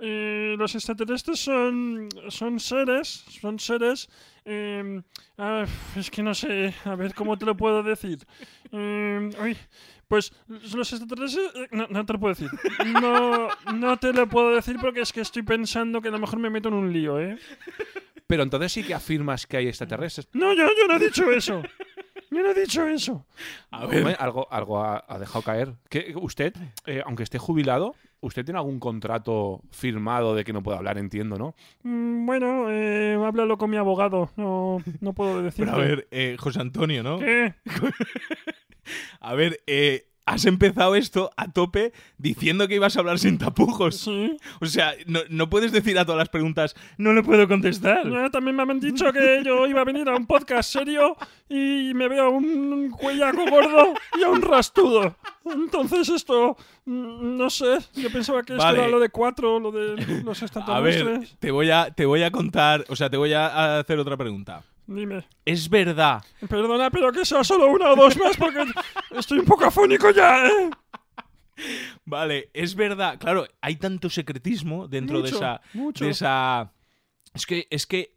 Eh, los extraterrestres son, son seres, son seres... eh, ah, es que no sé, a ver cómo te lo puedo decir. Eh, uy, pues los extraterrestres... eh, no, no te lo puedo decir. No, no te lo puedo decir porque es que estoy pensando que a lo mejor me meto en un lío, ¿eh? Pero entonces sí que afirmas que hay extraterrestres. No, yo, yo no he dicho eso. Yo no he dicho eso. A ver. Hombre, algo algo ha, ha dejado caer. Que usted, eh, aunque esté jubilado, usted tiene algún contrato firmado de que no puede hablar, entiendo, ¿no? Mm, Bueno, eh, háblalo con mi abogado. No, no puedo decir. Pero a ver, eh, José Antonio, ¿no? ¿Qué? A ver, eh, has empezado esto a tope diciendo que ibas a hablar sin tapujos. Sí. O sea, no, no puedes decir a todas las preguntas, no le puedo contestar. Ya, Eh, también me han dicho que yo iba a venir a un podcast serio y me veo a un cuellaco gordo y a un rastudo. Entonces esto, mm, no sé, yo pensaba que esto Vale. era lo de cuatro, lo de los A ver, extraterrestres. te voy a, te voy a contar, o sea, te voy a hacer otra pregunta. Dime. Es verdad. Perdona, pero que sea solo una o dos más porque estoy un poco afónico ya, ¿eh? Vale, es verdad. Claro, hay tanto secretismo dentro Mucho, de esa. mucho. de esa- Es que, es que.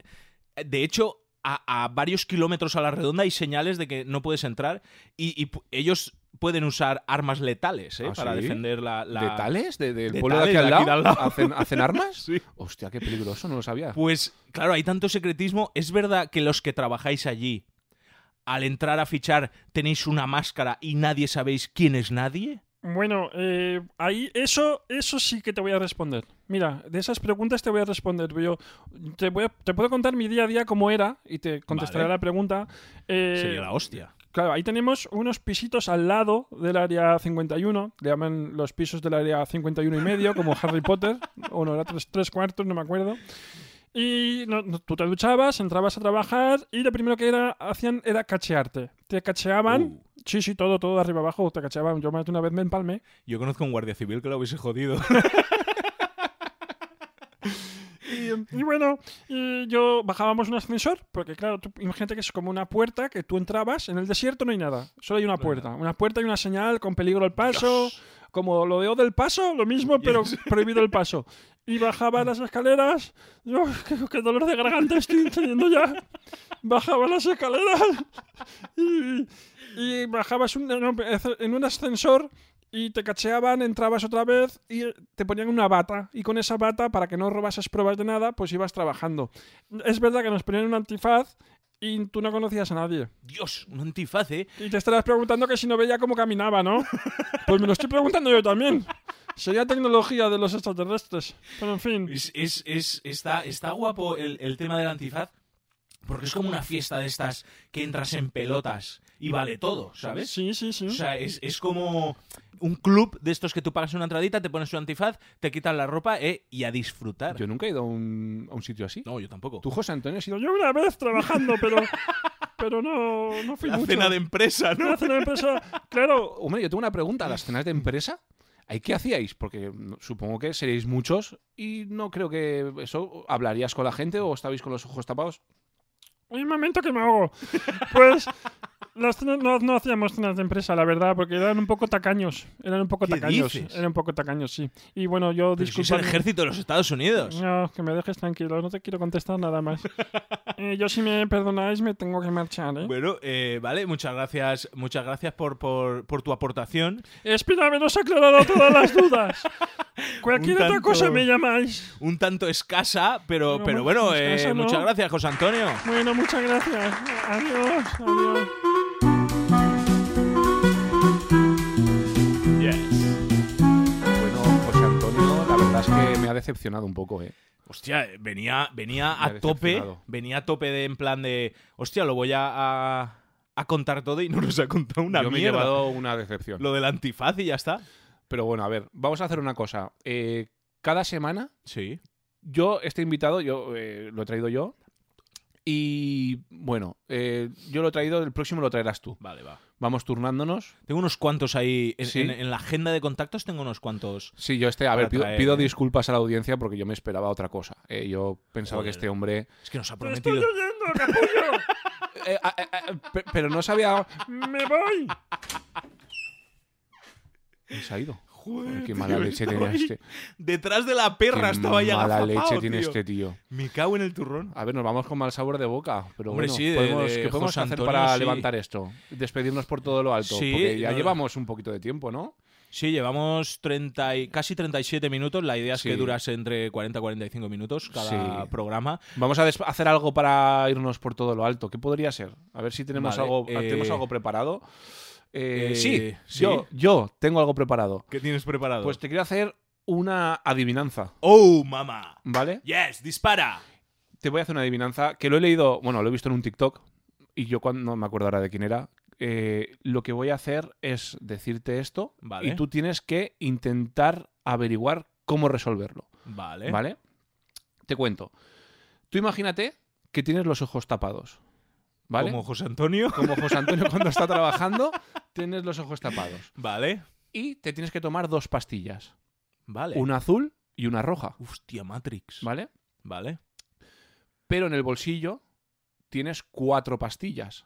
De hecho, a, a varios kilómetros a la redonda hay señales de que no puedes entrar. Y, y pu- ellos pueden usar armas letales, ¿eh? ¿Ah, para sí? defender la. la- ¿De tales? ¿De- ¿Del de pueblo de aquí Tales, al de aquí lado? de al lado. ¿Hacen, hacen armas? Sí. Hostia, qué peligroso, no lo sabía. Pues, claro, hay tanto secretismo. Es verdad que los que trabajáis allí, al entrar a fichar, tenéis una máscara y nadie sabéis quién es nadie. Bueno, eh, ahí eso, eso sí que te voy a responder. Mira, de esas preguntas te voy a responder. Yo te, voy a- te puedo contar mi día a día cómo era y te contestaré Vale. la pregunta. Eh, Sería la hostia. Claro, ahí tenemos unos pisitos al lado del área 51. Le llaman los pisos del área 51 y medio, como Harry Potter. O no, era tres, tres cuartos, no me acuerdo. Y no- no, tú te duchabas, entrabas a trabajar y lo primero que era, hacían era cachearte. Te cacheaban. Uh. Sí, sí, todo, todo arriba abajo. Te cacheaban. Yo más de una vez me empalmé. Yo conozco a un guardia civil que lo hubiese jodido. Y bueno, y yo bajábamos un ascensor, porque claro, tú imagínate que es como una puerta que tú entrabas, en el desierto no hay nada, solo hay una puerta, una puerta y una señal con peligro al paso, como lo de O del paso, lo mismo, pero prohibido el paso. y bajaba las escaleras. Yo, qué, qué dolor de garganta estoy teniendo ya. Bajaba las escaleras y, y bajabas un- en un- en un ascensor y te cacheaban, entrabas otra vez y te ponían una bata. Y con esa bata, para que no robases pruebas de nada, pues ibas trabajando. Es verdad que nos ponían un antifaz y tú no conocías a nadie. Dios, un antifaz, ¿eh? Y te estarás preguntando que si no veía cómo caminaba, ¿no? Pues me lo estoy preguntando yo también. Sería tecnología de los extraterrestres. Pero en fin. Es, es- es- está, está guapo el, el tema del antifaz. Porque es como una fiesta de estas que entras en pelotas y vale todo, ¿sabes? Sí, sí, sí. O sea, es, es como un club de estos que tú pagas una entradita, te pones su antifaz, te quitan la ropa eh, y a disfrutar. Yo nunca he ido a un, a un sitio así. no, yo tampoco. Tú, José Antonio, has ido Yo una vez trabajando, pero, pero no, no fui la mucho. cena de empresa, ¿no? La cena de empresa. Claro, Hombre, yo tengo una pregunta. ¿Las cenas de empresa? ¿Ahí qué hacíais? Porque no- supongo que seréis muchos y no creo que eso. ¿Hablarías con la gente o estabais con los ojos tapados? Un momento que me hago. Pues las cenas- no, no hacíamos cenas de empresa, la verdad, porque eran un poco tacaños. Eran un poco ¿Qué tacaños. dices? Eran un poco tacaños, sí. Y bueno, yo Pero si es el disculpa. ejército de los Estados Unidos. No, que me dejes tranquilo, no te quiero contestar nada más. Eh, yo si me perdonáis me tengo que marchar, ¿eh? Bueno, eh, vale, muchas gracias, muchas gracias por, por, por tu aportación. Espera, menos aclarado todas las dudas. Cualquier Un otra tanto- cosa me llamáis. Un tanto escasa, pero, No, pero bueno, bueno, eh, escasa no. muchas gracias, José Antonio. Bueno, muchas gracias. Adiós, adiós. Bueno, José Antonio, la verdad es que me ha decepcionado un poco, ¿eh? Hostia, eh, venía, venía Me ha a tope, decepcionado. venía a tope de en plan de, hostia, lo voy a, a, a contar todo y no nos ha contado una yo me he mierda. llevado una decepción. Lo del antifaz y ya está. Pero bueno, a ver, vamos a hacer una cosa. Eh, cada semana Sí. Yo, este invitado, yo eh, lo he traído yo. Y bueno, eh, yo lo he traído, el próximo lo traerás tú. Vale, va. Vamos turnándonos. Tengo unos cuantos ahí en, Sí. en- en la agenda de contactos. Tengo unos cuantos. Sí, yo este, a ver, pido, traer, pido eh. disculpas a la audiencia porque yo me esperaba otra cosa. Eh, yo pensaba Joder. que este hombre... Es que nos ha Te estoy prometido. oyendo, capullo. Eh, ah, ah, ah, pe- pero no sabía... Me voy. Se ha ido. Joder, qué mala leche tenía este. Detrás de la perra Qué estaba ya mala agazapado, leche tiene tío. este tío. Me cago en el turrón. A ver, nos vamos con mal sabor de boca. Pero Hombre, bueno, sí, de- podemos- de ¿qué podemos José hacer Antonio, para sí. levantar esto? Despedirnos por todo lo alto. Sí, porque ya no- llevamos un poquito de tiempo, ¿no? Sí, llevamos 30 y, casi 37 minutos. La idea es que Sí. durase entre 40 y 45 minutos cada Sí. programa. Vamos a des- hacer algo para irnos por todo lo alto. ¿Qué podría ser? A ver si tenemos, Vale, algo, eh, ¿tenemos algo preparado. Eh, eh, sí, sí. Yo, yo tengo algo preparado. ¿Qué tienes preparado? Pues te quiero hacer una adivinanza, ¡Oh, mamá! ¿vale? ¡Yes! ¡Dispara! Te voy a hacer una adivinanza que lo he leído, bueno, lo he visto en un TikTok y yo cuando no me acuerdo ahora de quién era. Eh, lo que voy a hacer es decirte esto Vale. y tú tienes que intentar averiguar cómo resolverlo, Vale. ¿vale? Te cuento. Tú imagínate que tienes los ojos tapados, ¿vale? Como José Antonio. como José Antonio cuando está trabajando, tienes los ojos tapados. Vale. Y te tienes que tomar dos pastillas, Vale. una azul y una roja, Hostia, Matrix. ¿vale? Vale. Pero en el bolsillo tienes cuatro pastillas,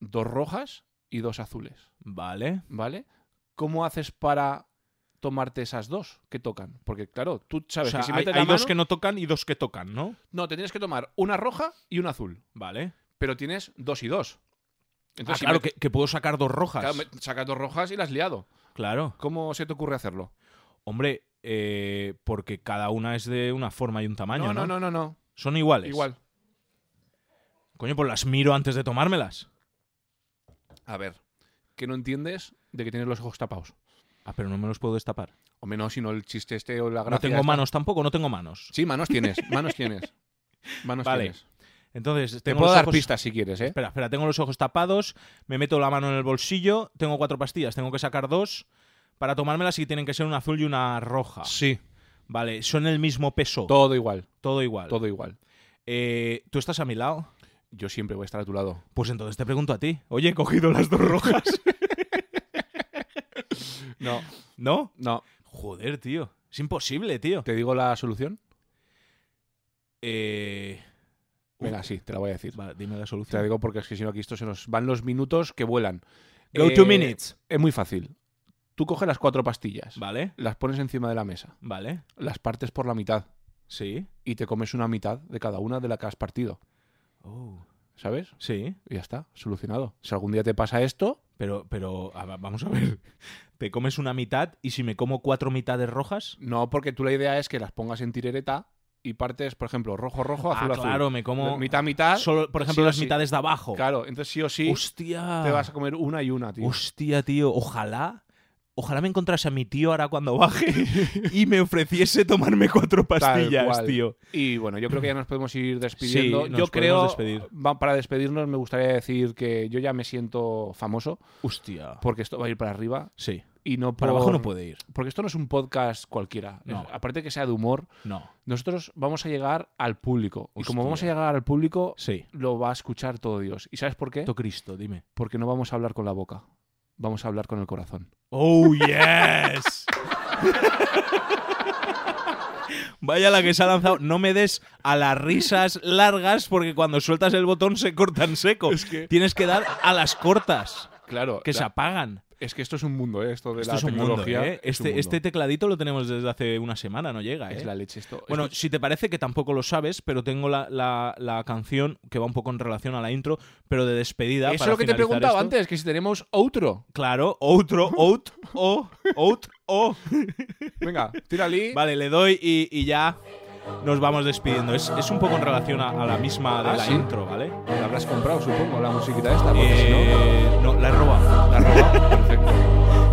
dos rojas y dos azules, Vale. ¿vale? ¿Cómo haces para tomarte esas dos que tocan? Porque claro, tú O sabes sea, que si hay, metes hay la dos mano- que no tocan y dos que tocan, ¿no? No, te tienes que tomar una roja y una azul, Vale. pero tienes dos y dos. Ah, Entonces, si claro, metes- que, que puedo sacar dos rojas. claro, Claro. me- sacas dos rojas y las has liado. ¿Cómo se te ocurre hacerlo? Hombre, eh, porque cada una es de una forma y un tamaño, ¿no? no, no, no, no. Son iguales. Igual. Coño, pues las miro antes de tomármelas. A ver, que no entiendes de que tienes los ojos tapados. Ah, pero no me los puedo destapar. O menos, sino el chiste este o la no gracia. tengo esta. manos tampoco, no tengo manos. Sí, manos tienes, manos tienes. Manos Vale, tienes. Entonces, Te tengo puedo los dar ojos- pistas si quieres, ¿eh? Espera, espera, tengo los ojos tapados, me meto la mano en el bolsillo, tengo cuatro pastillas, tengo que sacar dos para tomármelas y tienen que ser una azul y una roja. Sí. Vale, son el mismo peso, Todo igual, todo igual. todo igual. Eh, ¿Tú estás a mi lado? Yo siempre voy a estar a tu lado. Pues entonces te pregunto a ti. Oye, he cogido las dos rojas, No, ¿no? no. Joder, tío. Es imposible, tío. ¿Te digo la solución? Eh... Venga, sí, te la voy a decir. Vale, dime la Te la solución. digo porque es que si no aquí esto se nos van los minutos que vuelan. Go Eh, to minutes. Es muy fácil. Tú coges las cuatro pastillas, ¿Vale? las pones encima de la mesa, ¿Vale? las partes por la mitad Sí. y te comes una mitad de cada una de la que has partido, Oh. ¿sabes? Sí. Y ya está, solucionado. Si algún día te pasa esto, Pero, pero, a- vamos a ver. ¿Te comes una mitad y si me como cuatro mitades rojas? no, porque tú la idea es que las pongas en tirereta y partes, por ejemplo, rojo, rojo, azul, ah, azul. claro, me como. Mitad, mitad. Solo, por ejemplo, sí o las sí. mitades de abajo. Claro, entonces sí o sí Hostia. te vas a comer una y una, tío. Hostia, tío. Ojalá. Ojalá me encontrase a mi tío ahora cuando baje y me ofreciese tomarme cuatro pastillas, cual. tío. Y bueno, yo creo que ya nos podemos ir despidiendo. Sí, nos yo creo, podemos despedir. va- para despedirnos, me gustaría decir que yo ya me siento famoso Hostia. porque esto va a ir para arriba Sí. y no Para por- abajo no puede ir. Porque esto no es un podcast cualquiera. No. Es- aparte que sea de humor, No. nosotros vamos a llegar al público. Y como Hostia. vamos a llegar al público, Sí. lo va a escuchar todo Dios. ¿Y sabes por qué? Santo Cristo, dime. Porque no vamos a hablar con la boca. Vamos a hablar con el corazón. ¡Oh, yes! Vaya la que se ha lanzado. No me des a las risas largas porque cuando sueltas el botón se cortan seco. que- Tienes que dar a las cortas Claro. que se la- apagan. es que esto es un mundo, ¿eh? Esto de Esto la es un mundo, tecnología. ¿eh? es un Este, mundo. este tecladito lo tenemos desde hace una semana, no llega, ¿eh? Es la leche esto. Bueno, Esto- si te parece que tampoco lo sabes, pero tengo la, la- la canción que va un poco en relación a la intro, pero de despedida. eso es para lo que te finalizar preguntaba esto. antes, que si tenemos outro. Claro, otro, out, o, out, o. Venga, tírali. Vale, le doy y, y ya nos vamos despidiendo. Es, es un poco en relación a, a la misma de Ah, la sí. intro, ¿vale? La habrás comprado, supongo, la musiquita esta, porque Eh, no, la he robado. si no, la roba. Perfecto.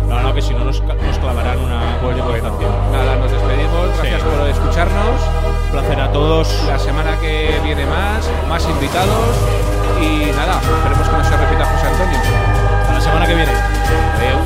No, no, que si no nos, ca- nos clavarán una Pues bueno, deportación. nada, nos despedimos. Sí. Gracias por escucharnos. Un placer a todos. La semana que viene más, más invitados. Y nada, esperemos que no se repita José Antonio. Hasta la semana que viene. Adiós.